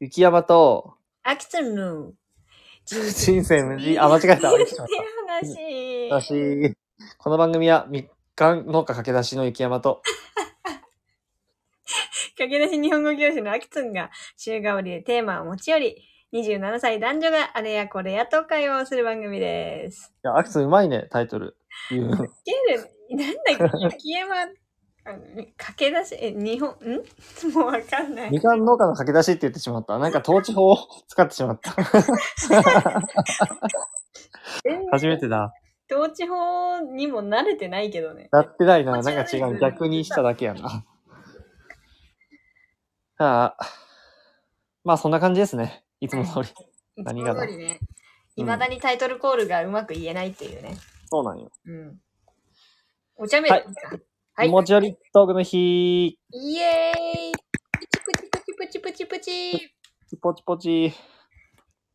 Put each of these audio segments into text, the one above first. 雪山と、アキツの人生無 事、あ、間違えた。言飽っきててしまっ話。た私、この番組は、みかん農家駆け出しの雪山と、駆け出し日本語教師のアキツンが週替わりでテーマを持ち寄り、27歳男女があれやこれやと会話をする番組です。いや、アクセンうまいね、タイトル。 言うのスケール、なんだっけ、雪山、あ駆け出し、え、日本、ん もうわかんない。みかん農家の駆け出しって言ってしまった。なんか統治法を使ってしま った。全然初めてだ。統治法にも慣れてないけどね。なってないな。なんか違う。逆にしただけやな。はあ。まあ、そんな感じですね。いつも通り。いつ何もがだ通りね。いまだにタイトルコールがうまく言えないっていうね。そうなんよ。うん。お茶目だはい。持ち寄りトークの日、イエーイプチプチプチプチプチプチポチポチ、今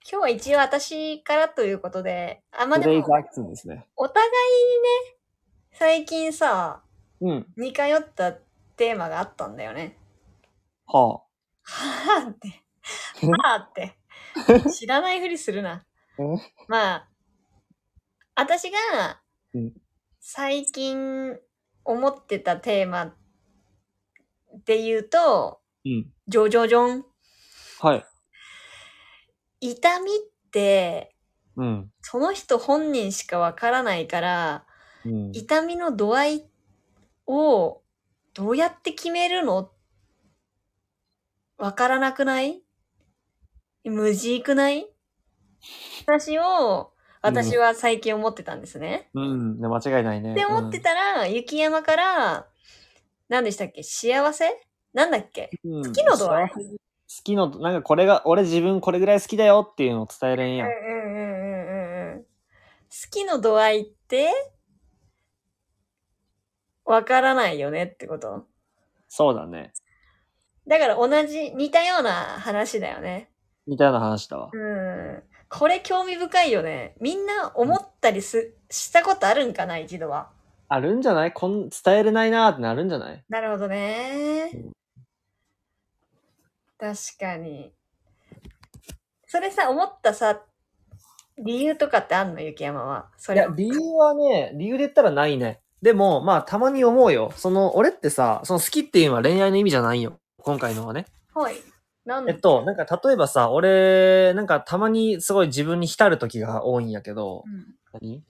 日は一応私からということで、あ、まあ、トでレイもズ、アクツンですね。お互いにね、最近さ、うん。似通ったテーマがあったんだよね。ははぁって。はぁって。知らないふりするなえ。まあ、私がうん最近思ってたテーマで言うと、あ。うん。ジョジョジョン。はい。痛みって、うん。その人本人しかわからないから、うん。痛みの度合いをどうやって決めるのわからなくない無事くない私を、私は最近思ってたんですね。うん。間違いないね。で、思ってたら、雪山から、何でしたっけ幸せなんだっけうん、好好きの度合い好きの、なんかこれが、俺自分これぐらい好きだよっていうのを伝えれんうやんん。うんうんうんうんうん。好きの度合いって、わからないよねってこと。そうだね。だから同じ、似たような話だよね。みたいな話だわ。うん。これ興味深いよね。みんな思ったりす、したことあるんかな、一度は。あるんじゃないこん伝えれないなーってなるんじゃないなるほどねうん。確かに。それさ、思ったさ、理由とかってあんの雪山は。そいれや、。理由はね、理由で言ったらないね。でも、まあ、たまに思うよ。その、俺ってさ、その好きっていうのは恋愛の意味じゃないよ。今回のはね。はい。なんえっと、なんか例えばさ、俺、なんかたまにすごい自分に浸る時が多いんやけど、うん何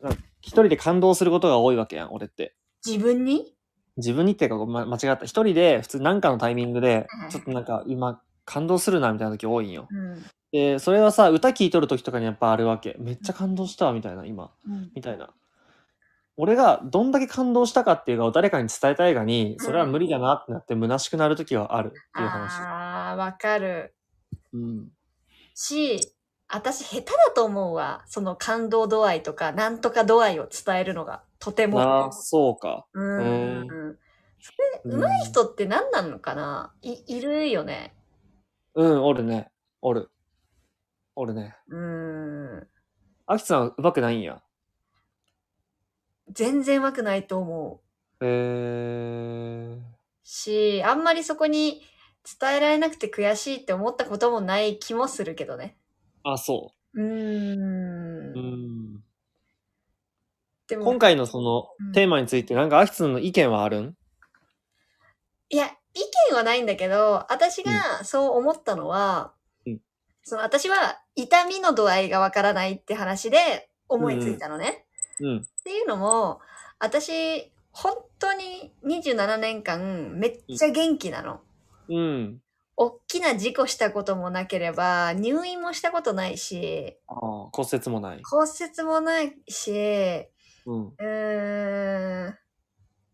なんか一人で感動することが多いわけやん、俺って。自分に自分にっていうか、ごめん間違った。一人で、普通なんかのタイミングでうん、ちょっとなんか今、感動するな、みたいな時多いんよ。うん。で、それはさ、歌聴いとる時とかにやっぱあるわけ。めっちゃ感動したわ、みたいな、今。うんみたいな。俺がどんだけ感動したかっていうかを誰かに伝えたいがに、それは無理だなってなって虚しくなる時はあるっていう話。ああ、わかる。うん。し、私下手だと思うわ。その感動度合いとか、なんとか度合いを伝えるのが、とてあもあ、。そうか。うへん。う上ん、手い人って何なのかない、いるよね。うん、おるね。おる。おるね。うん。アキさん上手くないんや。全然上手くないと思う。へえ。し、あんまりそこに伝えられなくて悔しいって思ったこともない気もするけどね。。あ、そうう。うんん。でも今回のそのうんテーマについて、なんかアキさんの意見はあるんいや、意見はないんだけど、私がそう思ったのは、うんその私は痛みの度合いがわからないって話で思いついたのね。うん。っていうのも、私、本当に27年間めっちゃ元気なの。うん。大きな事故したこともなければ、入院もしたことないし、ああ、骨折もない。骨折もないし、うん。うーん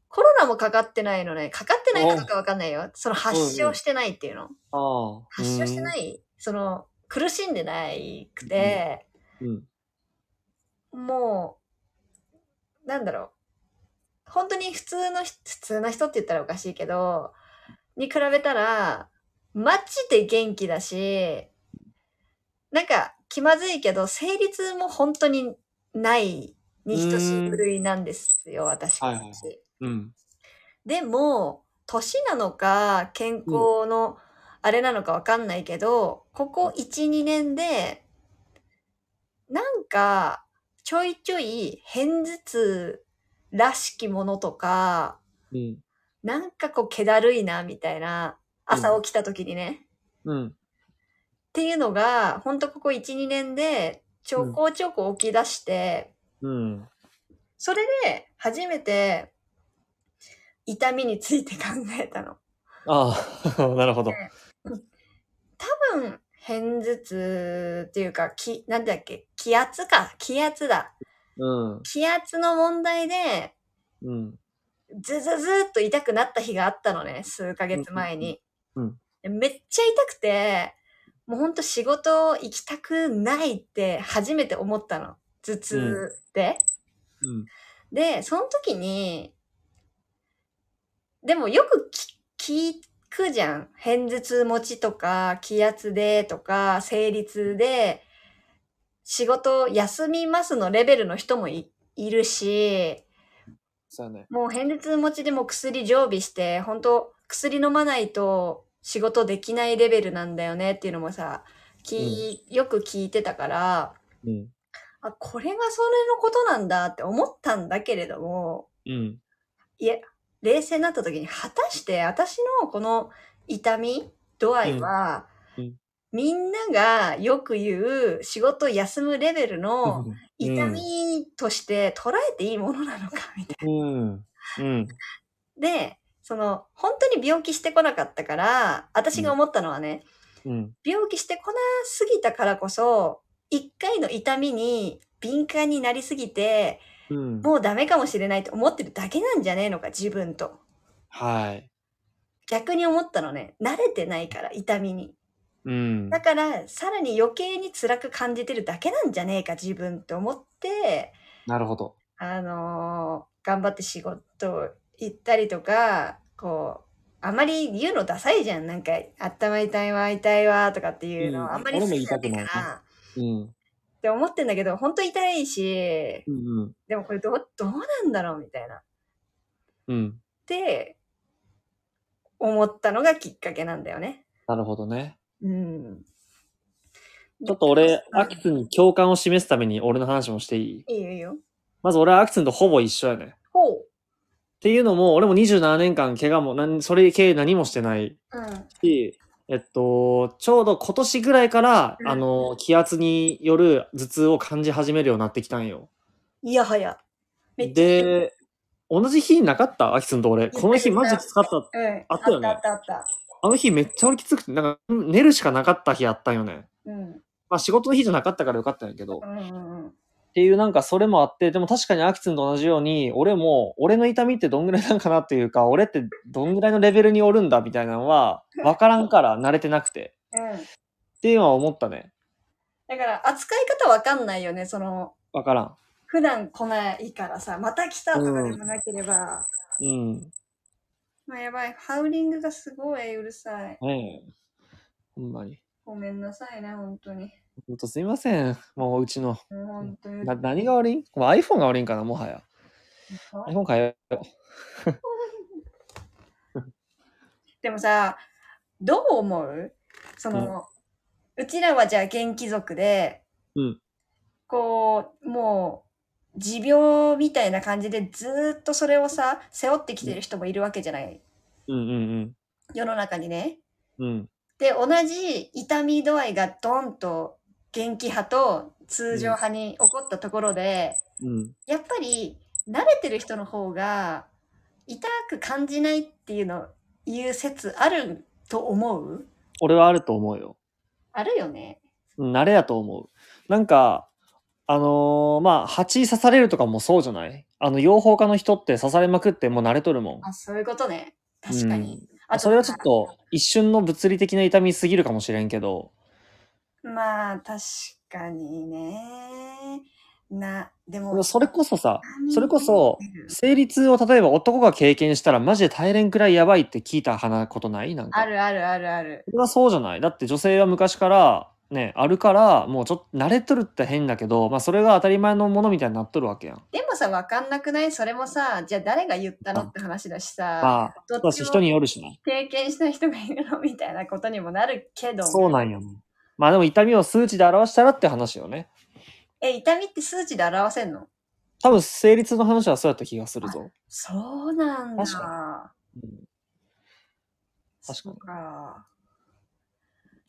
コロナもかかってないのね。かかってないかどうかわかんないよ。その発症してないっていうの。ああ。発症してないその、苦しんでないくて、うん。うん。もう、なんだろう。本当に普通の人、普通な人って言ったらおかしいけど、に比べたら、マジで元気だし、なんか気まずいけど、生理痛も本当にないに等しい部類なんですよ、私はいはいはいでもでも、年なのか、健康のあれなのかわかんないけど、ここ1、2年で、なんか、ちょいちょい偏頭痛らしきものとか、うん。なんかこう、気だるいな、みたいな、朝起きた時にね、っうん。ていうのが、ほんとここ1、2年で、ちょこちょこ起き出して、うん。それで、初めて、痛みについて考えたの。ああ、 なるほど。多分、偏頭痛っていうか、き、なんだっけ、気圧か。気圧だ。うん。気圧の問題で、うん。ズズズーっと痛くなった日があったのね、数ヶ月前に。うんでめっちゃ痛くて、もうほんと仕事行きたくないって初めて思ったの。頭痛って。うん。で、その時に、でもよくき聞くじゃん。偏頭痛持ちとか、気圧でとか、生理痛で、仕事休みますのレベルの人もいいるし、そうやね。もう偏頭痛持ちでも薬常備して、本当薬飲まないと仕事できないレベルなんだよねっていうのもさ、きよく聞いてたから、うん。あ、これがそれのことなんだって思ったんだけれども、うん。いえ、冷静になった時に果たして私のこの痛み度合いは、うんうんみんながよく言う仕事休むレベルのうん痛みとして捉えていいものなのか みたいな。うん。うん。で、その、本当に病気してこなかったから、私が思ったのはね、うん。病気してこなすぎたからこそ、一回の痛みに敏感になりすぎて、うん。もうダメかもしれないと思ってるだけなんじゃねえのか、自分と。はい。逆に思ったのね、慣れてないから、痛みに。うん。だから、さらに余計に辛く感じてるだけなんじゃねえか、自分と思って、なるほど。あのー頑張って仕事行ったりとか、こう、あまり言うのダサいじゃん。なんか、頭痛いわ、痛いわ、とかっていううんの、あんまり好きじ俺もゃないか言いたくないら、うん。って思ってんだけど、本当痛いし、うん。でもこれどう、どうなんだろうみたいな。っうん。て、思ったのがきっかけなんだよね。なるほどね。うん。ちょっと俺、うんアキツに共感を示すために俺の話もしていいいいよいいよ。まず俺はアキツンとほぼ一緒やね。っほう。ていうのも、俺も27年間怪我も、なんそれ系何もしてないうん。し、えっと、ちょうど今年ぐらいから、うんあの、気圧による頭痛を感じ始めるようになってきたんよ。いやはや。めっちゃいい、で、同じ日になかったアキツンと俺。この日マジきつかった。うん。あったよねあったあったあった。あの日めっちゃ俺きつくて、なんかうん寝るしかなかった日やったんよね。うん。まあ仕事の日じゃなかったからよかったんやけど。うんうんうん。っていうなんかそれもあって、でも確かにアキツンと同じように、俺も、俺の痛みってどんぐらいなんかなっていうか、俺ってどんぐらいのレベルにおるんだみたいなのは、わからんから慣れてなくて。うん。っていうのは思ったね。だから扱い方わかんないよね、その、わからん。普段来ないからさ、また来たとかでもなければ。うん。まあやばい、ハウリングがすごい、うるさい。ねえ。ほんまに。ごめんなさいね、本当に。ほんとすみません。もううちの。もう本当に。な何が悪いんこの ?iPhone が悪いんかなもはや。iPhone 変えよでもさ、どう思うその、うちらはじゃあ元気族で、うんこう、もう、持病みたいな感じでずーっとそれをさ、背負ってきてる人もいるわけじゃない。う。うんうん世の中にね。うん。うん。で、同じ痛み度合いがドンと元気派と通常派に起こったところで、うん。やっぱり慣れてる人の方が痛く感じないっていうの、いう説あると思う俺はあると思うよ。あるよね。うん慣れやと思う。なんか、あのーまあ、蜂刺されるとかもそうじゃないあの、養蜂家の人って刺されまくってもう慣れとるもん。あ、そういうことね。確かに。あとそれはちょっと一瞬の物理的な痛みすぎるかもしれんけど、まあ、確かにね。な、でも。それこそさ、痛みそれこそ生理痛を例えば男が経験したらマジで耐えれんくらいやばいって聞いた話ことないなんか。あるあるあるある。それはそうじゃないだって女性は昔から、ね、あるから、もうちょっと慣れとるって変だけど、まあそれが当たり前のものみたいになっとるわけやん。でもさ、わかんなくないそれもさ、じゃあ誰が言ったのって話だしさ、まあ、どっち私人もによるしな。経験した人がいるのみたいなことにもなるけど、そうなんよ。まあでも痛みを数値で表したらって話よね。え、痛みって数値で表せんの多分成立の話はそうやった気がするぞ。そうなんだ。確うんそ確うか。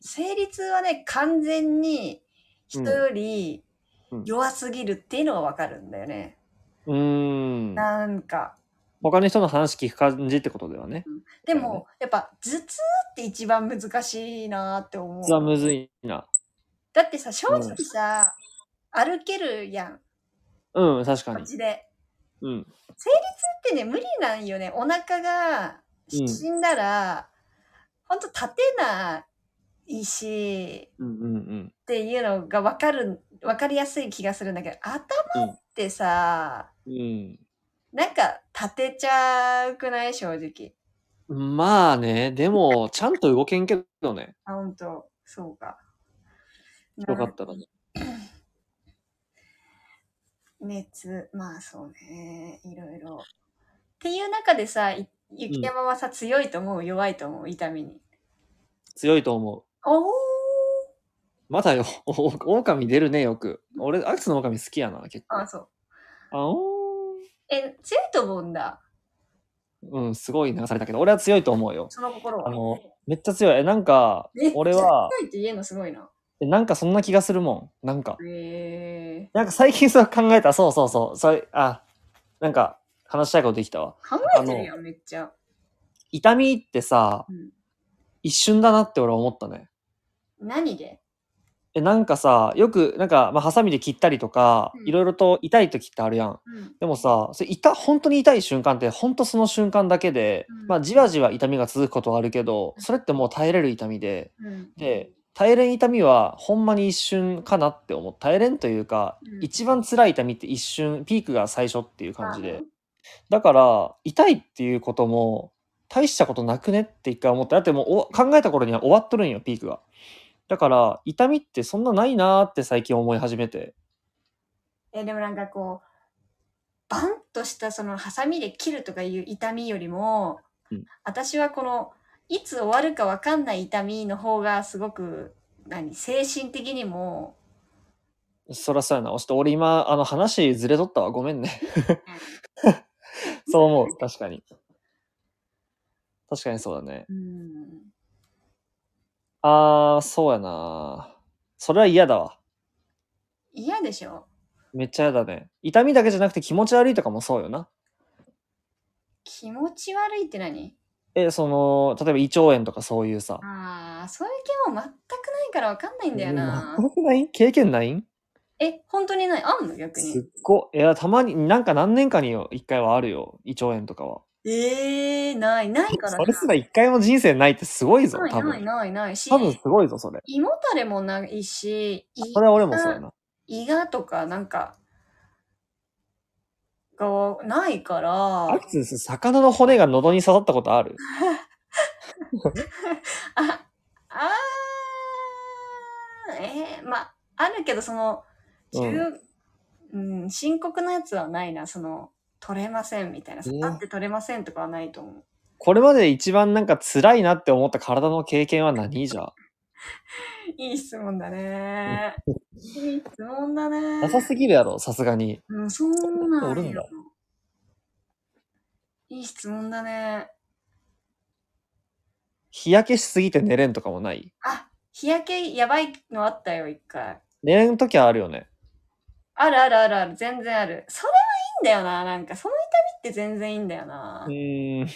成立はね、完全に人よりうんうん弱すぎるっていうのがわかるんだよね。うーん。なんか。他の人の話聞く感じってことではね。でだよねも、やっぱ頭痛って一番難しいなって思それはう。むずいな。だってさ、正直さ、歩けるやん、うん、確かこっに。ちで。うん。ってね、無理なんよね。お腹がうん死んだら、ほんと立てないし、うんうんうん。っていうのが分かる分かりやすい気がするんだけど頭ってさ、うん。なんか立てちゃうくない正直まあね、でも、ちゃんと動けんけどね。あ本当そうかよかったらね。うん熱まあそうねいろいろっていう中でさい雪山はさ、強いと思う弱いと思う痛みに強いと思う。おおまだよ、お狼出るね、よく。俺、アクスの狼好きやな、結構。あそうあおえ強いと思うんだーうん、すごい流されたけど、俺は強いと思うよ。その心はあのめっちゃ強い。え、なんかめっちゃ、俺は、強いって言えんのすごいなえなんかそんな気がするもん。なんか、へえなんか最近そう考えた、そうそうそう、それ、あ、なんか話したいことできたわ。考えてるやんめっちゃ、痛みってさ、うん、一瞬だなって俺は思ったね。何でえ、なんかさ、よく、なんか、まあ、ハサミで切ったりとかう、んいろいろと痛い時ってあるやん。うんでもさ、それ痛、本当に痛い瞬間って、本当その瞬間だけで、うんまあ、じわじわ痛みが続くことはあるけど、それってもう耐えれる痛みで、うんで、耐えれん痛みは、ほんまに一瞬かなって思う。耐えれんというか、うん一番辛い痛みって一瞬、ピークが最初っていう感じで。だから、痛いっていうことも、大したことなくねって一回思った。だってもうお考えた頃には終わっとるんよ、ピークが。だから、痛みってそんなないなーって最近思い始めて。えでもなんかこうバンとしたそのハサミで切るとかいう痛みよりも、うん私はこのいつ終わるかわかんない痛みの方がすごく何精神的にもそらそうやな。ちょっと俺今、あの話ずれとったわ。ごめんね。 そう思う。確かに。確かにそうだね。うんあー、そうやな。それは嫌だわ。嫌でしょめっちゃ嫌だね。痛みだけじゃなくて気持ち悪いとかもそうよな。気持ち悪いって何え、その、例えば胃腸炎とかそういうさ。あーそういう気も全くないからわかんないんだよなえ。全くない 経験ないんえ本当にないあんの逆すっに。ごい。いや、たまに、なんか何年かによ、一回はあるよ。胃腸炎とかは。えー、ないないからそれすら一回も人生ないってすごいぞ、ない多ない分。ないないし多分すごいぞ、それ。胃もたれもないし、胃それは俺もそうやな。胃がとかなんか、がないから、アキツス、魚の骨が喉に刺さったことあるあ、あー、えー、まあ、あるけどその、重うん、深刻なやつはないな、その、取れませんみたいな、えーあって取れませんとかはないと思う。これまでで一番なんか辛いなって思った体の経験は何じゃいい質問だ ね。いい質問だね。なさすぎるやろ、さすがに。うん、そうそなんな人おんるんだよ。いい質問だね。日焼けしすぎて寝れんとかもないあ、日焼けやばいのあったよ、一回。寝れん時はあるよね。あるあるあるある、全然ある。それはいいんだよな、なんか、その痛みって全然いいんだよなう。ーん、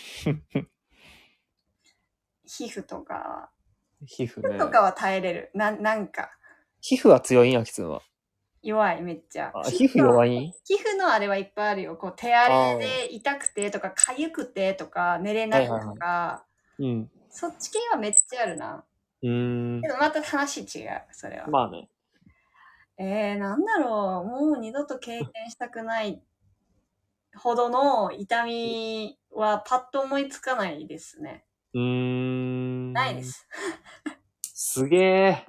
皮膚とか、皮膚皮膚ね。とかは耐えれる。ななんか、皮膚は強いんや、きつんは。弱い、めっちゃあ。皮膚弱いいん皮膚のあれはいっぱいあるよ。こう、手荒れで痛くてとか、痒くてとか、寝れないとか、はいはいうん。そっち系はめっちゃあるな。うーんけ。ど、また話違う、それは。まあね。えー、なんだろう、もう二度と経験したくないほどの痛みはパッと思いつかないですね。うーん。ないで。す。すげえ。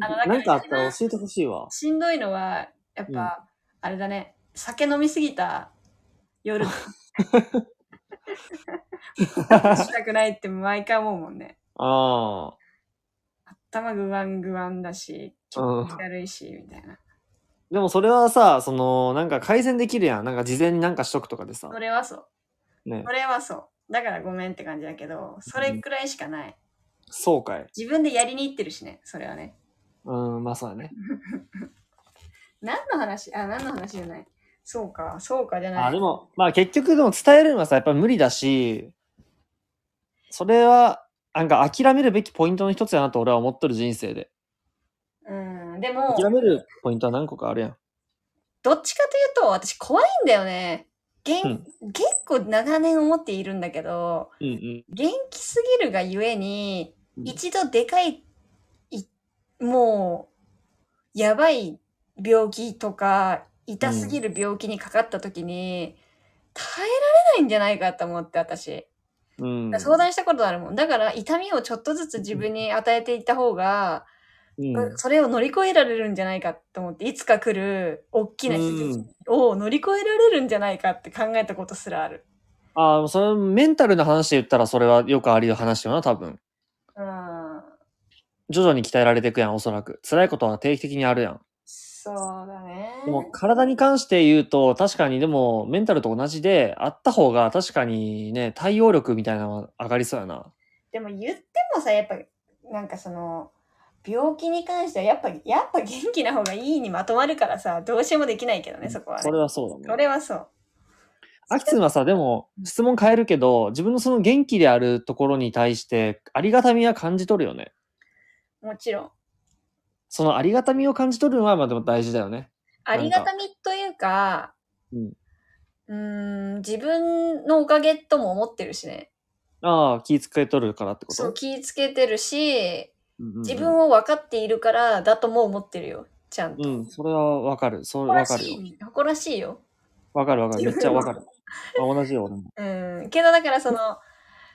あのなん かあったら教えてほしい わ。しんどいのは、やっぱ、あれだね、酒飲みすぎた 夜。したくないって毎回思うもんね。あ頭グワングワンだし、気あ、うん。持ち悪いし、みたいな。でもそれはさ、その、なんか改善できるやん。なんか事前になんかしとくとかでさそ。れはそう。ねそ。れはそう。だからごめんって感じだけど、それくらいしかない。そうかい。自分でやりに行ってるしね、それはね。うん、まあそうだね。何の話あ、何の話じゃない。そうか、そうかじゃない。あでも、まあ結局でも伝えるのはさ、やっぱり無理だし、それは、なんか諦めるべきポイントの一つやなと俺は思っとる人生で。うん、でも、諦めるポイントは何個かあるやん。どっちかというと、私怖いんだよね。げん結構長年思っているんだけど、うんうん。元気すぎるがゆえに、うん一度でかい、いもう、やばい病気とか、痛すぎる病気にかかった時に、耐えられないんじゃないかと思って、私。うん。相談したことあるもん。だから、痛みをちょっとずつ自分に与えていった方が、うんそれを乗り越えられるんじゃないかと思って、いつか来る大きな悲劇を乗り越えられるんじゃないかって考えたことすらある。ああ、それメンタルの話で言ったらそれはよくありる話よな、多分。うん。徐々に鍛えられていくやん、おそらく。辛いことは定期的にあるやん。そうだね。でも体に関して言うと、確かにでもメンタルと同じで、あった方が確かにね、対応力みたいなのは上がりそうやな。でも言ってもさ、やっぱ、なんかその、病気に関しては、やっぱ、やっぱ元気な方がいいにまとまるからさ、どうしようもできないけどね、そこは、ね。それはそうそだね。れはそう。アキツンはさ、でも質問変えるけど、自分のその元気であるところに対して、ありがたみは感じ取るよね。もちろん。そのありがたみを感じ取るのはまあでも大事だよね。ありがたみというか、うんうーん、自分のおかげとも思ってるしね。ああ、気遣い取るからってことそう、気つけてるし、自を分を分かっているからだとも思ってるよ、ちゃんと。うん、それはわかる。そう、誇らわかるしよ。い、誇らしいよ。わかるわかる。めっちゃわかる。あ同じよ、俺も。うん。けどだからその、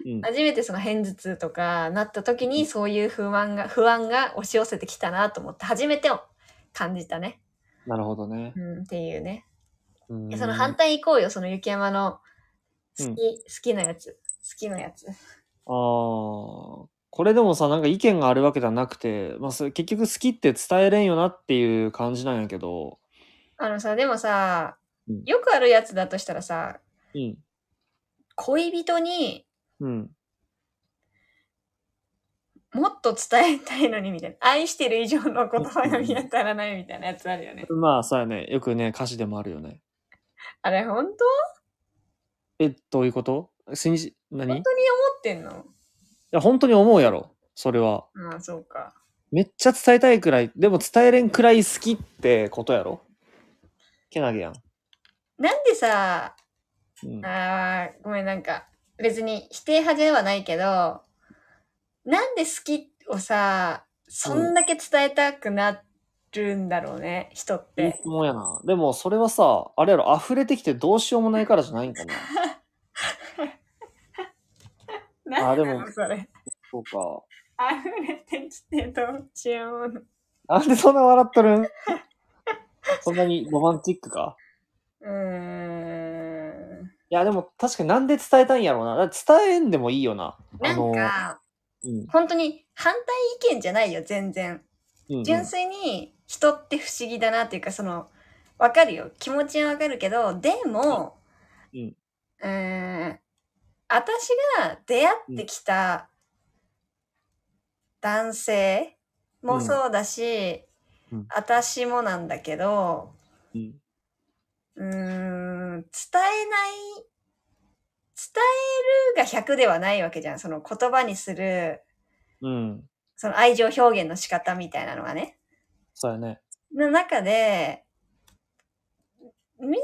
うん。初めてその片頭痛とかなった時にそういう不安が不安が押し寄せてきたなと思って初めてを感じたね、なるほどね。うん、っていうねうんいやその反対行こうよその雪山の好き、うん好きなやつ好きなやつあーこれでもさなんか意見があるわけじゃなくて、まあ、それ結局好きって伝えれんよなっていう感じなんやけど、あのさでもさうんよくあるやつだとしたらさうん恋人にうん、もっと伝えたいのにみたいな愛してる以上の言葉が見当たらないみたいなやつあるよねまあさやねよくね歌詞でもあるよねあれ本当えどういうこと信じ何い本当に思ってんのや本当に思うやろそれはああそうかめっちゃ伝えたいくらいでも伝えれんくらい好きってことやろけなげやん、なんでさうん、あーごめんなんか別に否定派ではないけどなんで好きをさそんだけ伝えたくなるんだろうね、人っいいて質問やなでもそれはさあれやろ溢れてきてどうしようもないからじゃないんかな なんであーなでのそれそうかあふれてきてどうしようもなんでそんな笑っとるん そんなにロマンチックかうーんいや、でも確かになんで伝えたいんやろうな。だから伝えんでもいいよな。なあのんかうん本当に反対意見じゃないよ全然うんうん純粋に人って不思議だなっていうかそのわかるよ気持ちはわかるけどでも、うんうんうーん私が出会ってきた男性もそうだし、うんうん私もなんだけどうんうーん伝えない伝えるが100ではないわけじゃんその言葉にするうん。その愛情表現の仕方みたいなのがね。そうやね。の中で、みんな伝える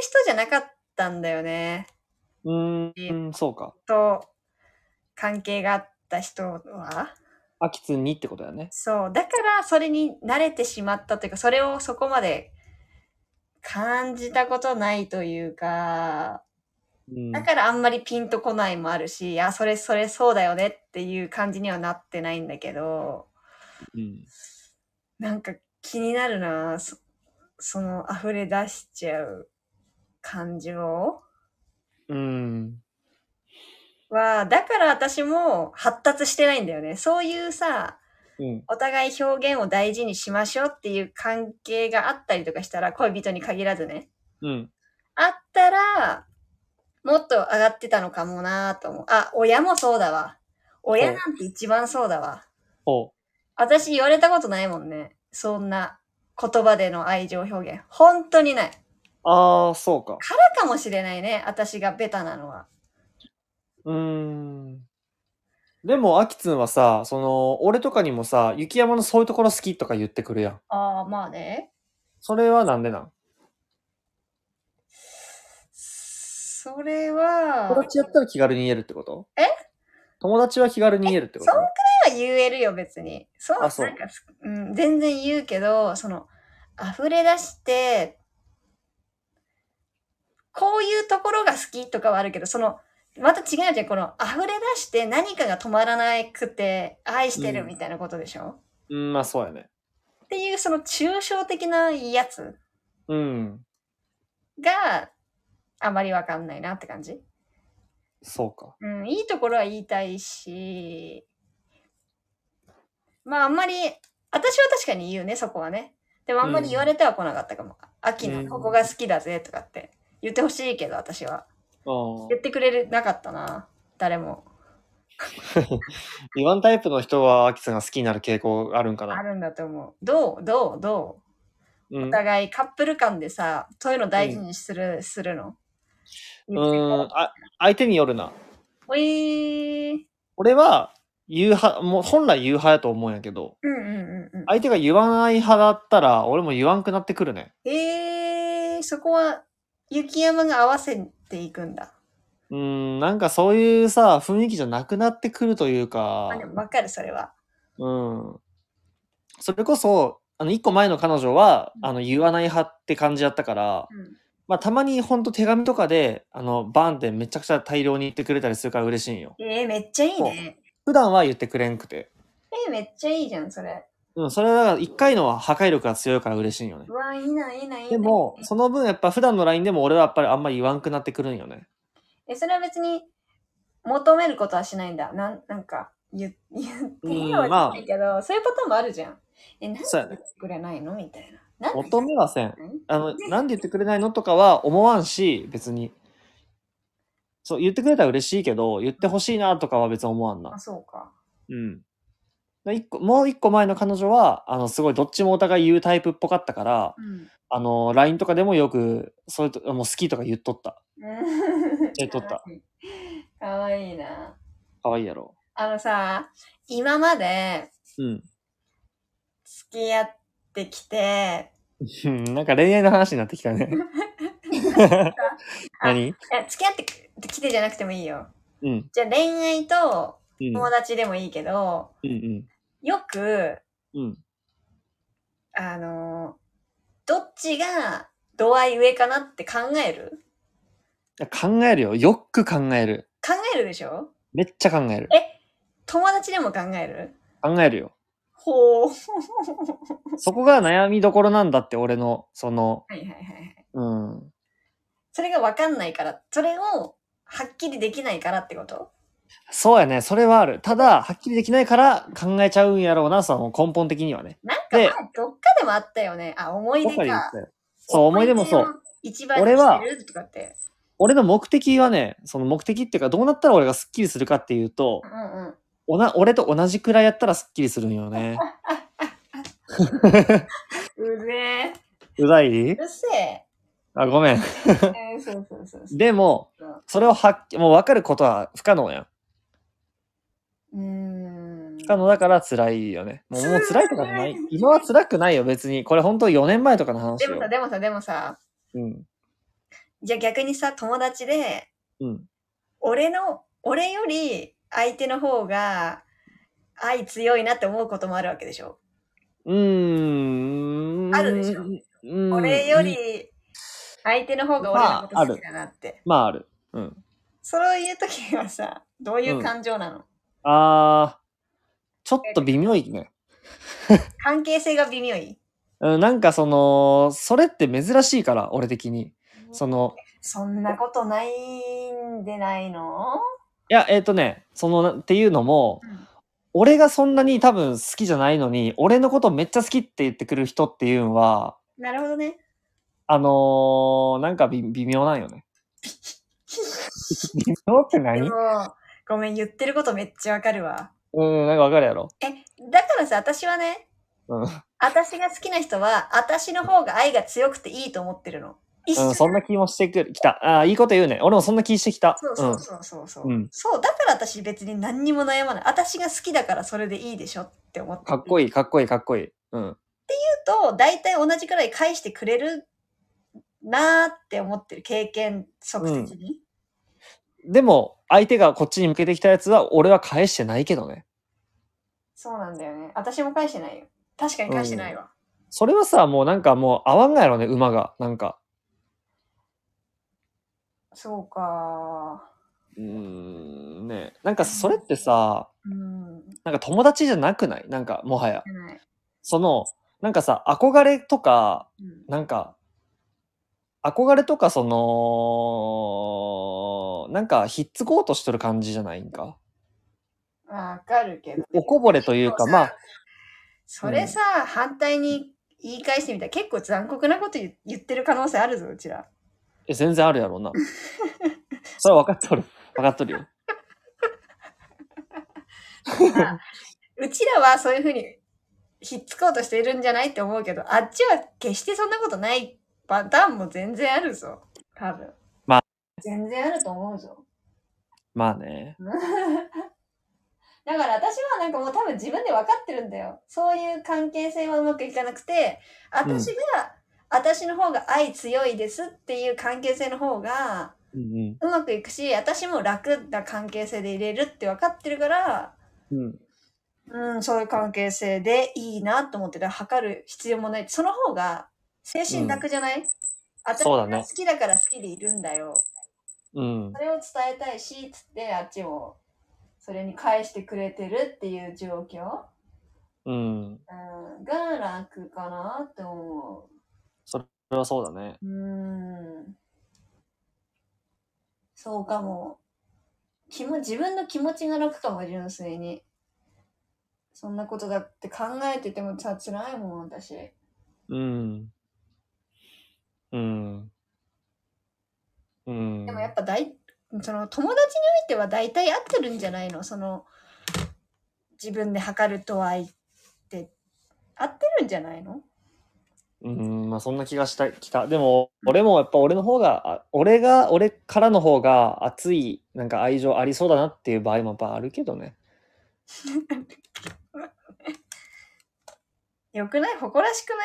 人じゃなかったんだよね。うーん、そうか。と、関係があった人は。飽きずにってことやね。そう。だから、それに慣れてしまったというか、それをそこまで感じたことないというか、うん。だからあんまりピンとこないもあるし、いや、それそれそうだよねっていう感じにはなってないんだけど、うん、なんか気になるなそその溢れ出しちゃう感情うん、はだから私も発達してないんだよねそういうさうん、お互い表現を大事にしましょうっていう関係があったりとかしたら恋人に限らずねうん、あったらもっと上がってたのかもなと思うあ親もそうだわ親なんて一番そうだわほ。私言われたことないもんねそんな言葉での愛情表現本当にないうああ、そうか。かもしれないね私がベタなのはうーん。でも、あきつんはさ、その、俺とかにもさ、雪山のそういうところ好きとか言ってくるやん。ああまあねそれはなんでなんそれは友達やったら気軽に言えるってことえ友達は気軽に言えるってことえそんは言えるよ別にそうあそうなんか、うん、全然言うけどその溢れ出してこういうところが好きとかはあるけどそのまた違うじゃんこの溢れ出して何かが止まらなくて愛してるみたいなことでしょ、うん、まあそうやね。っていうその抽象的なやつうん、があまりわかんないなって感じそうか。うん、いいところは言いたいし、まああんまり、私は確かに言うね、そこはね。でもあんまり言われては来なかったかも。秋うんのここが好きだぜとかって言ってほしいけど、私は。あー言ってくれなかったな、誰も。言わんタイプの人は、あきつんが好きになる傾向があるんかあな。るんだと思う。どうどうどううおん。互いカップル間でさ、そういうの大事にする、するのうーんあ相手によるな。おいー俺は、言う派、もう本来言う派やと思うんやけど、うんうんうんうん。相手が言わない派だったら、俺も言わんくなってくるね。えー、そこは雪山が合わせていくんだ。うーん、なんかそういうさ、雰囲気じゃなくなってくるというかまあ、でもわかる、それは。うん。それこそ、あの、一個前の彼女は、うんあの、言わない派って感じやったから、うんまあ、たまにほんと手紙とかで、あの、バーンってめちゃくちゃ大量に言ってくれたりするから嬉しいんよ。えー、めっちゃいいね。普段は言ってくれんくて。えー、めっちゃいいじゃん、それ。うん、それはだから一回のは破壊力が強いから嬉しいんよねう。わ、いいな、いいな、いいな。でも、その分やっぱ普段の LINE でも俺はやっぱりあんまり言わんくなってくるんよね。え、それは別に求めることはしないんだ。なんなんか、言言ってうんよはじゃないけど、そういうパターンもあるじゃん。え、なんでそうやね言ってくれないのみたいな。なんで求めはせん。うんあの、なんで言ってくれないのとかは思わんし、別に。そう、言ってくれたら嬉しいけど、言ってほしいなとかは別に思わんなあ、。そうか。うん。で一個もう一個前の彼女は、あの、すごいどっちもお互い言うタイプっぽかったから、うん。あの、LINE とかでもよく、それと、もう好きとか言っとった。手取ったかわいい。かわいいな。可愛いやろ。あのさ、今までうん。付き合ってきて、うんなんか恋愛の話になってきたね。 何え付き合ってきてじゃなくてもいいよ。うん。じゃあ恋愛とうん。友達でもいいけど、うん。よく、うん。うん。あのーどっちが度合い上かなって考える考えるよ。よく考える。考えるでしょめっちゃ考える。友達でも考える考える よ。ほう。はそこが悩みどころなんだって、俺の、その、いはいはいはい。うん。それが分かんないから、それをはっきりできないからってことそうやね。それはある。ただ、はっきりできないから考えちゃうんやろうな、その根本的にはね。なんかで前どっかでもあったよね。あ、思い僕出は言かった。よ。そう、思い出もそをう。一番に俺はしてるとかって。俺の目的はね、その目的っていうか、どうなったら俺がスッキリするかっていうとう、んうん。おな俺と同じくらいやったらスッキリするんよ ね。う ぜうざいえ。うっせえ。あ、ごめん。えーそうそうそうそう。でも、それをはっきもう分かることは不可能やん。うーん。不可能だから辛いよね。もうもう辛いとかじゃない。今は辛くないよ、別に。これ本当4年前とかの話でよも。さ、でもさ、でもさ、うん。じゃあ逆にさ、友達で、うん。俺の、俺より相手の方が愛強いなって思うこともあるわけでしょ。うーん。あるでしょうん俺よ。り相手の方が俺のこと好きだなって。まあある。うん。そういう時はさ、どういう感情なの、あー、ちょっと微妙いね。関係性が微妙い。うん、なんかその、それって珍しいから、俺的に。その、そんなことないんでないのいや、えっ、とね、その、なっていうのも、うん俺がそんなに多分好きじゃないのに、俺のことめっちゃ好きって言ってくる人っていうのは、なるほどね。あのー、なんかび微妙なんよね。微妙ってで何も、ごめん、言ってることめっちゃわかるわ。うん、なんかわかるやろ。え、だからさ、私はね、うん、私が好きな人は、私の方が愛が強くていいと思ってるの。一緒うん、そんな気もしてくる。きた。ああ、いいこと言うね。俺もそんな気してきた。そうそうそうそうそう。うんそう、だから私別に何にも悩まない。私が好きだからそれでいいでしょって思ってん。かっこいい。いい、かっこいい、かっこいい。うん。と、大体同じくらい返してくれるなーって思ってる。経験則的に。でも、相手がこっちに向けてきたやつは、俺は返してないけどね。そうなんだよね。私も返してないよ。確かに返してないわ。それはさ、もうなんかもう合わんがやろね、馬が。なんか。そうかうーん、ね。なんかそれってさ、ー。うん。なんか友達じゃなくないなんか、もはや。じゃない。その、なんかさ、憧れとか、うんなんか、憧れとか、その、なんか、ひっつこうとしてる感じじゃないんか。わかるけどね、おこぼれというか、まあ、それさ、反対に言い返してみたら結構残酷なこと言言ってる可能性あるぞ、うちら。え全然あるやろ うな。それは分かっとる。分かっとるよ。うちらはそういうふうにひっつこうとしているんじゃないって思うけど、あっちは決してそんなことないパターンも全然あるぞ。多分。まあ。全然あると思うぞ。まあね。だから私はなんかもう多分自分で分かってるんだよ。そういう関係性はうまくいかなくて、うん私が、私の方が愛強いですっていう関係性の方がうんうまくいくし、私も楽な関係性で入れるって分かってるから、うん。うん。うん、そういう関係性でいいなと思ってたら測る必要もない。その方が精神楽じゃない、私そうだがね好きだから好きでいるんだよ。うんそ。れを伝えたいし、つってあっちもそれに返してくれてるっていう状況、うん。うん、が楽かなって思それはそうだね。う。うん。そうかも。気も自分の気持ちが楽かも、純粋に。そんなことだって考えててもさ、辛いもん、私。うん。うん。うん。でもやっぱ大その友達においては大体合ってるんじゃないのその自分で測ると愛って合ってるんじゃないのうん、まあそんな気がした、きた。でも、俺もやっぱ俺の方が、あ俺が、俺からの方が熱い、なんか愛情ありそうだなっていう場合もやっぱあるけどね。よくない誇らしくない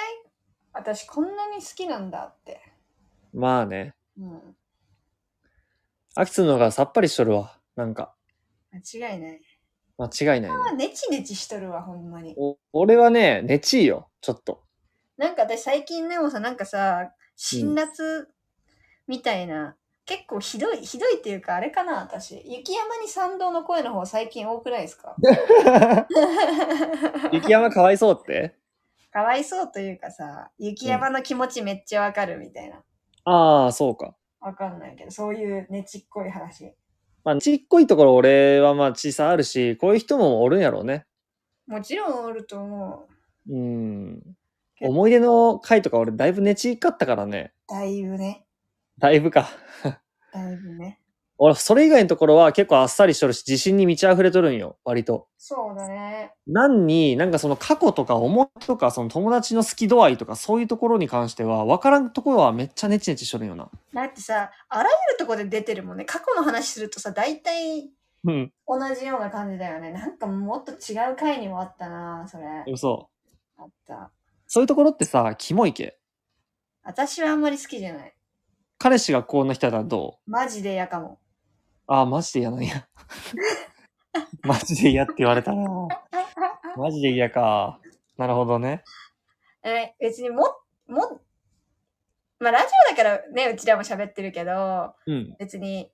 私こんなに好きなんだって。まあね。うん。アキツの方がさっぱりしとるわ。なんか、間違いない。間違いないね、まあ、ネチネチしとるわ、ほんまに。お俺はね、ねちいよ、ちょっと。なんか私最近でもさ、なんかさ、辛辣みたいな、結構ひどい、ひどいっていうか、あれかな、私。雪山に賛同の声の方最近多くないですか雪山かわいそうってかわいそうというかさ、雪山の気持ちめっちゃわかるみたいな。ああ、そうか。わかんないけど、そういうねちっこい話。まあ、ちっこいところ俺はまあ小さあるし、こういう人もおるんやろうね。もちろんおると思う。うん。けど思い出の回とか俺だいぶねちかったからね。だいぶね。だいぶか。だいぶね。俺、それ以外のところは結構あっさりしとるし、自信に満ち溢れとるんよ、割と。そうだね。なんに、なんかその過去とか思いとか、その友達の好き度合いとか、そういうところに関しては、分からんところはめっちゃネチネチしとるんよな。だってさ、あらゆるとこで出てるもんね。過去の話するとさ、大体うん。同じような感じだよね。なんかもっと違う回にもあったな、それ。嘘。あった。そういうところってさ、キモいけ。私はあんまり好きじゃない。彼氏がこんな人だったらどうマジで嫌かも。ああ、マジで嫌なん や。マジで嫌って言われたな。マジで嫌か。なるほどね。えー別にも、も、まあラジオだからね、うちらも喋ってるけど、うん。別に、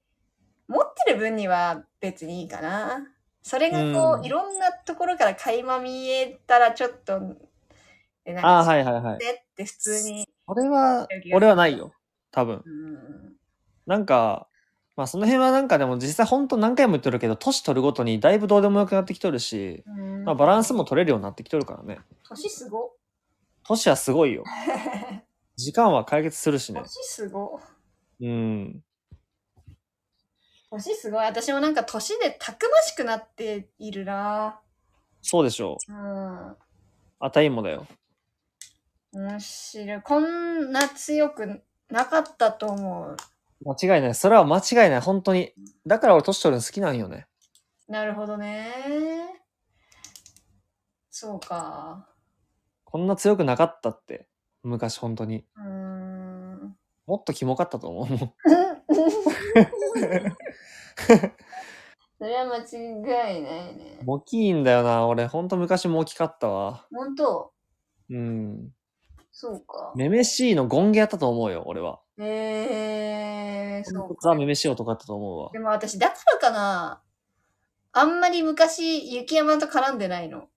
持ってる分には別にいいかな。それがこう、うんいろんなところから垣間見えたらちょっと、え、なんああ、か、はいはいはい。でって普通に。これは、俺はないよ。多分。うんなんか、まあその辺はなんかでも実際ほんと何回も言ってるけど、年取るごとにだいぶどうでもよくなってきとるし、うんまあバランスも取れるようになってきとるからね。年すご。年はすご いよ。時間は解決するしね年。すご。うん。年すごい。私もなんか年でたくましくなっているな。そうでしょう。うん。あたいもだよ。面白い。こんな強くなかったと思う。間違いない。それは間違いない。本当に。だから俺年取るの好きなんよね。なるほどね。そうか。こんな強くなかったって。昔本当に。うーん。もっとキモかったと思う もん。それは間違いないね。モキいんだよな。俺本当昔も大きかったわ。本当うん。そうか。めめしいのゴンゲやったと思うよ、俺は。えー、そうザ・か。めめしい男やったと思うわで。も私、だからかな。あんまり昔、雪山と絡んでないの。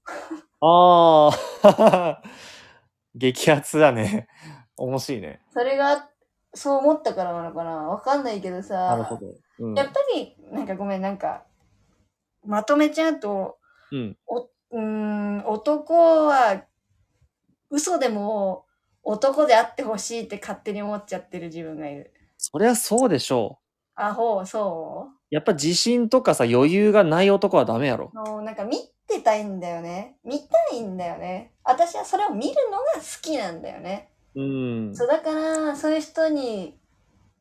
ああ、 激アツだね。面白いね。それが、そう思ったからなのかな。わかんないけどさ。なるほど。うん。やっぱり、なんかごめん、なんか、まとめちゃうと、うん、うーん、男は、嘘でも、男であってほしいって勝手に思っちゃってる自分がいる。そりゃそうでしょ。アホ、そうやっぱ自信とかさ、余裕がない男はダメやろう。もうなんか見てたいんだよね。見たいんだよね。私はそれを見るのが好きなんだよね。うん。そうだから、そういう人に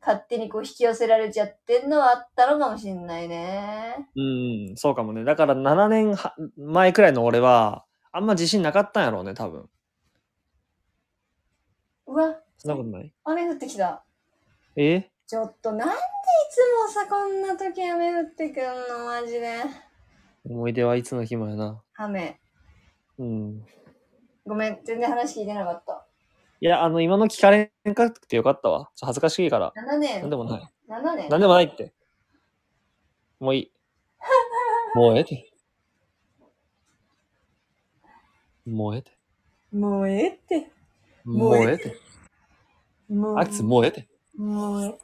勝手にこう引き寄せられちゃってんのはあったのかもしんないね。うん、そうかもね。だから7年は前くらいの俺は、あんま自信なかったんやろうね、多分。うわ、そんなことない雨降ってきた。えちょっとなんでいつもさこんな時雨降ってくんのマジで思い出はいつの日もやな。雨うん。ごめん全然話聞いてなかったいや、あの、今の聞かれんかってよかったわ。ちょっと恥ずかしいから。 7年なんでもない。 7年なんでもないって。もういい。もうええて。もうええて。もうええってもうええて。もうあきつ、もうええて。もうええ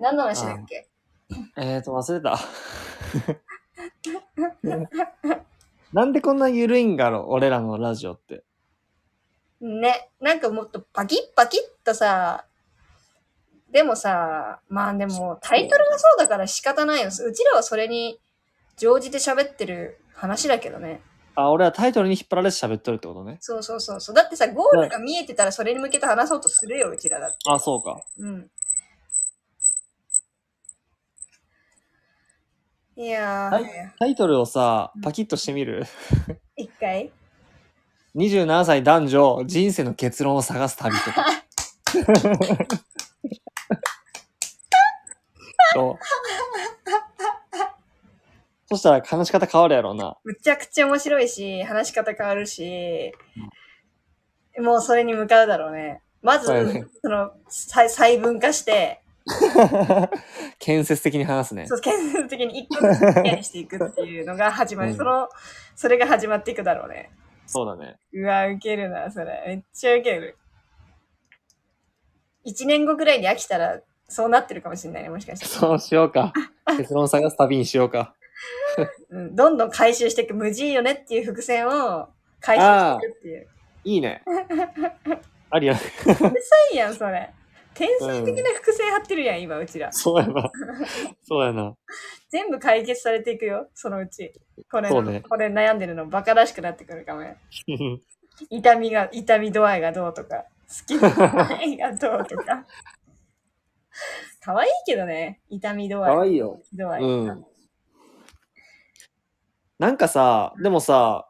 何の話だっけえーと、忘れた。 なんでこんな緩いんだろう俺らのラジオって。ねなんかもっとパキッパキッとさでもさまあでもタイトルがそうだから仕方ないようちらはそれに乗じて喋ってる話だけどねあ、俺はタイトルに引っ張られて喋っとるってことね。そうそうそうそう。だってさ、ゴールが見えてたらそれに向けて話そうとするよ、うちらだって。あ、そうか。うん。いやー、はいタイトルをさ、パキッとしてみる。一回27歳男女、人生の結論を探す旅 とか。そう。そしたら話し方変わるやろうな。むちゃくちゃ面白いし、話し方変わるし、もうそれに向かうだろうね。まず、そうやねその、細細分化して、建設的に話すねそ。う、建設的に一個ずつクリアにしていくっていうのが始まる。うんその、それが始まっていくだろうね。そうだね。うわ、ウケるな、それ。めっちゃウケる。一年後ぐらいに飽きたら、そうなってるかもしれないね、もしかして。そうしようか。結論探す旅にしようか。うん、どんどん回収していく、無事いいよねっていう伏線を回収していくっていう。いいね。ありや。いいやん、それ。天才的な伏線張ってるやん、今、うちら。そうやな。そうやな。全部解決されていくよ、そのうち。これその、うねこれ悩んでるの、バカらしくなってくるかもよ。痛みが、痛み度合いがどうとか、好きな度合いがどうとか。 可愛いけどね、痛み度合い。可愛いよ。度合い。うんなんかさ、でもさ、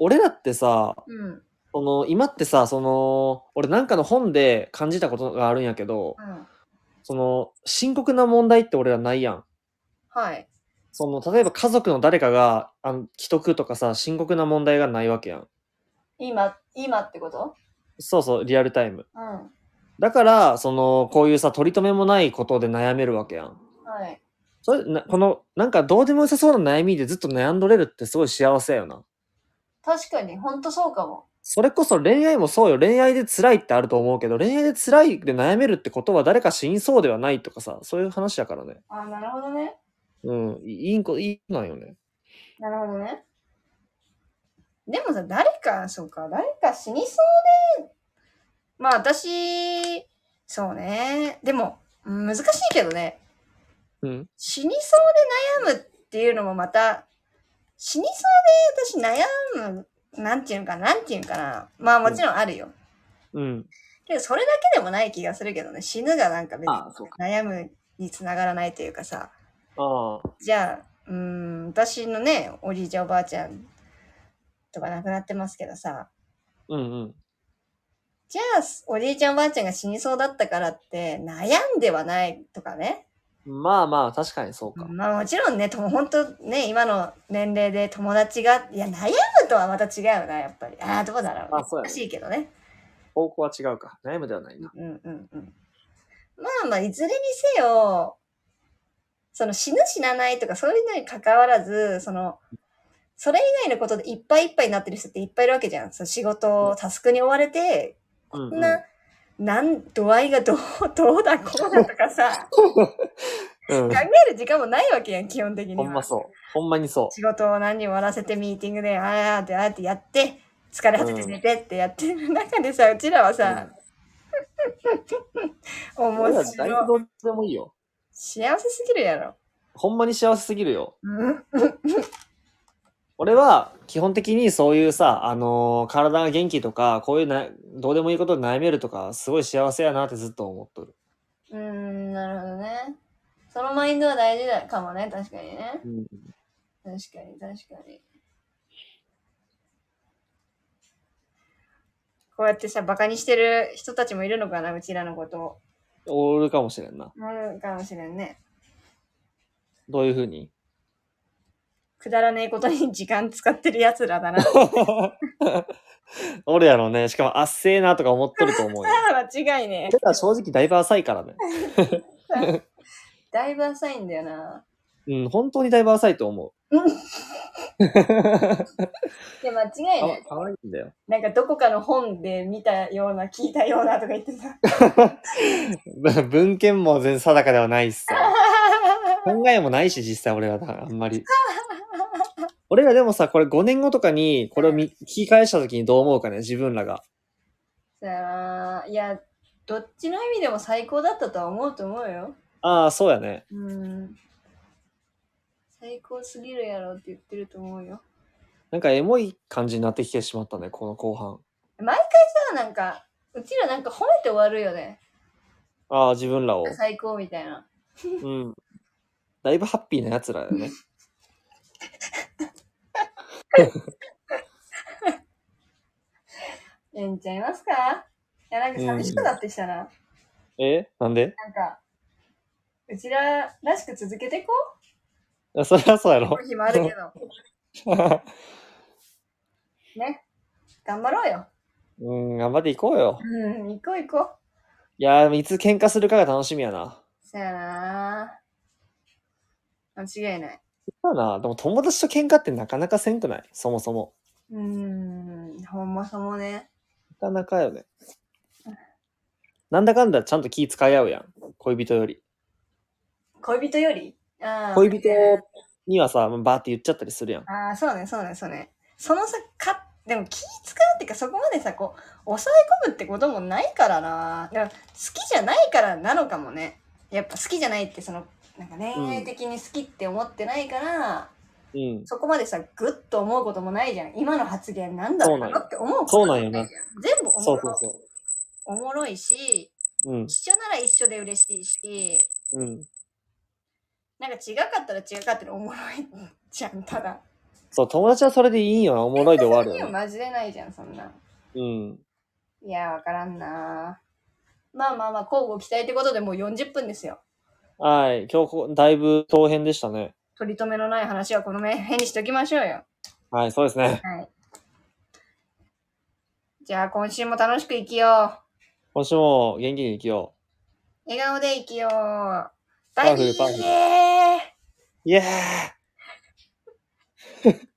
俺らってさ、うん。うん。その今ってさその俺なんかの本で感じたことがあるんやけどその深刻な問題って俺らないやんはい。その例えば家族の誰かがあの既得とかさ深刻な問題がないわけやん今、今ってことそうそうリアルタイムうん。はだからそのこういうさ取り留めもないことで悩めるわけやんい。それなこのなんかどうでもよさそうな悩みでずっと悩んどれるってすごい幸せよな確かに、ほんとそうかも。それこそ恋愛もそうよ恋愛で辛いってあると思うけど恋愛で辛いで悩めるってことは誰か死にそうではないとかさそういう話だからねあ、なるほどね。うんいいんこいいなんよねなるほどね。でもさ、誰か、そうか、誰か死にそうで、まあ私、そうね。でも、うん難しいけどね。うん死にそうで悩むっていうのもまた、死にそうで私悩む、なんていうのかなんていうのかな。まあもちろんあるよ。うんけどそれだけでもない気がするけどね。死ぬがなんか別にあそう悩むにつながらないというかさ。ああじゃあ、うーん、私のね、おじいちゃんおばあちゃんとか亡くなってますけどさ。うんうんじゃあ、おじいちゃんおばあちゃんが死にそうだったからって悩んではないとかね。まあまあ確かにそうか、まあもちろんね、とも本当ね、今の年齢で友達が、いや、悩むとはまた違うな、やっぱり。ああ、どうだろう。まあそうやね難しいけどね。方向は違うか悩むではないなうんうんうん。まあまあ、いずれにせよ、その死ぬ死なないとかそういうのに関わらず、その、それ以外のことでいっぱいいっぱいになってる人っていっぱいいるわけじゃん。その仕事をタスクに追われて、うんこんな、なん、度合いがどう、どうだこうだとかさ、うん、う考ん、える時間もないわけやん、基本的には。ほんまそうほんまにそう仕事を何にも終わらせてミーティングであーやってあーってやって疲れ果ててうん寝てってやってる中でさうちらはさ、俺ら面だいぶ白いどうでもいいよ幸せすぎるやろ、ほんまに幸せすぎるようん、俺は基本的にそういうさ、あのー体が元気とかこういうなどうでもいいことで悩めるとかすごい幸せやなってずっと思っとる、んなるほどねそのマインドは大事だかもね確かにねうん、確かに確かにこうやってさバカにしてる人たちもいるのかなうちらのことをおるかもしれんなうんかもしれんねどういうふうにくだらねえことに時間使ってるやつらだな おるやろうねしかもあっせえなとか思っとると思うよ間違いね俺ら正直だいぶ浅いからねだいぶ浅いんだよな。うん本当にだいぶ浅いと思ういや、間違いかなわい。かわいいんだよなんかどこかの本で見たような、聞いたようなとか言ってた。文献も全然定かではないっすよ考えもないし、実際俺はなあんまり。俺らでもさ、これ5年後とかに、これを見聞き返した時にどう思うかね、自分らが。そやないや、どっちの意味でも最高だったとは思うと思うよ。ああ、そうやね。うん。最高すぎるやろって言ってると思うよ。なんかエモい感じになってきてしまったね、この後半。毎回さ、なんか、うちらなんか褒めて終わるよね。ああ、自分らを。最高みたいな。うん。だいぶハッピーな奴らだよね。ええんちゃいますかいや、なんか寂しくなってきたな。えなんで なんか、うちららしく続けてこあそりゃそうやろ う。。日もあるけど。ね。頑張ろうよ。うん、頑張っていこうよ。うん、行こう行こう。いやー、いつ喧嘩するかが楽しみやな。さやな間違いない。そうだな。でも友達と喧嘩ってなかなかせんくないそもそも。うーん、ほんまそもね。なかなかよね。なんだかんだちゃんと気使い合うやん。恋人より。恋人よりあー恋人にはさ、バーって言っちゃったりするやん。ああ、そうね、そうね、そうね。そのさ、か、でも気使うっていうか、そこまでさ、こう、抑え込むってこともないからな。だから、好きじゃないからなのかもね。やっぱ好きじゃないって、その、なんか恋愛的に好きって思ってないから、うん。そこまでさ、ぐっと思うこともないじゃん。今の発言なんだろそううななんよって思うことそうなんよないなじ。ゃん。全部おもそろうそうそおもろいし、う。うん。一緒なら一緒で嬉しいし、うん。なんか違かったら違かったらおもろいじゃん、ただ。そう、友達はそれでいいんよな。おもろいで終わるいや、よね。マジでないじゃん、そんな。うん。いや、わからんなまあまあまあ、交互期待ってことでもう40分ですよ。はい。今日こ、だいぶ当編でしたね。取り留めのない話はこの辺にしときましょうよ。はい、そうですね。はい。じゃあ、今週も楽しく生きよ今週も元気に生きよう。う。笑顔で生きよう。パバイワフビルパワフルーイエーイ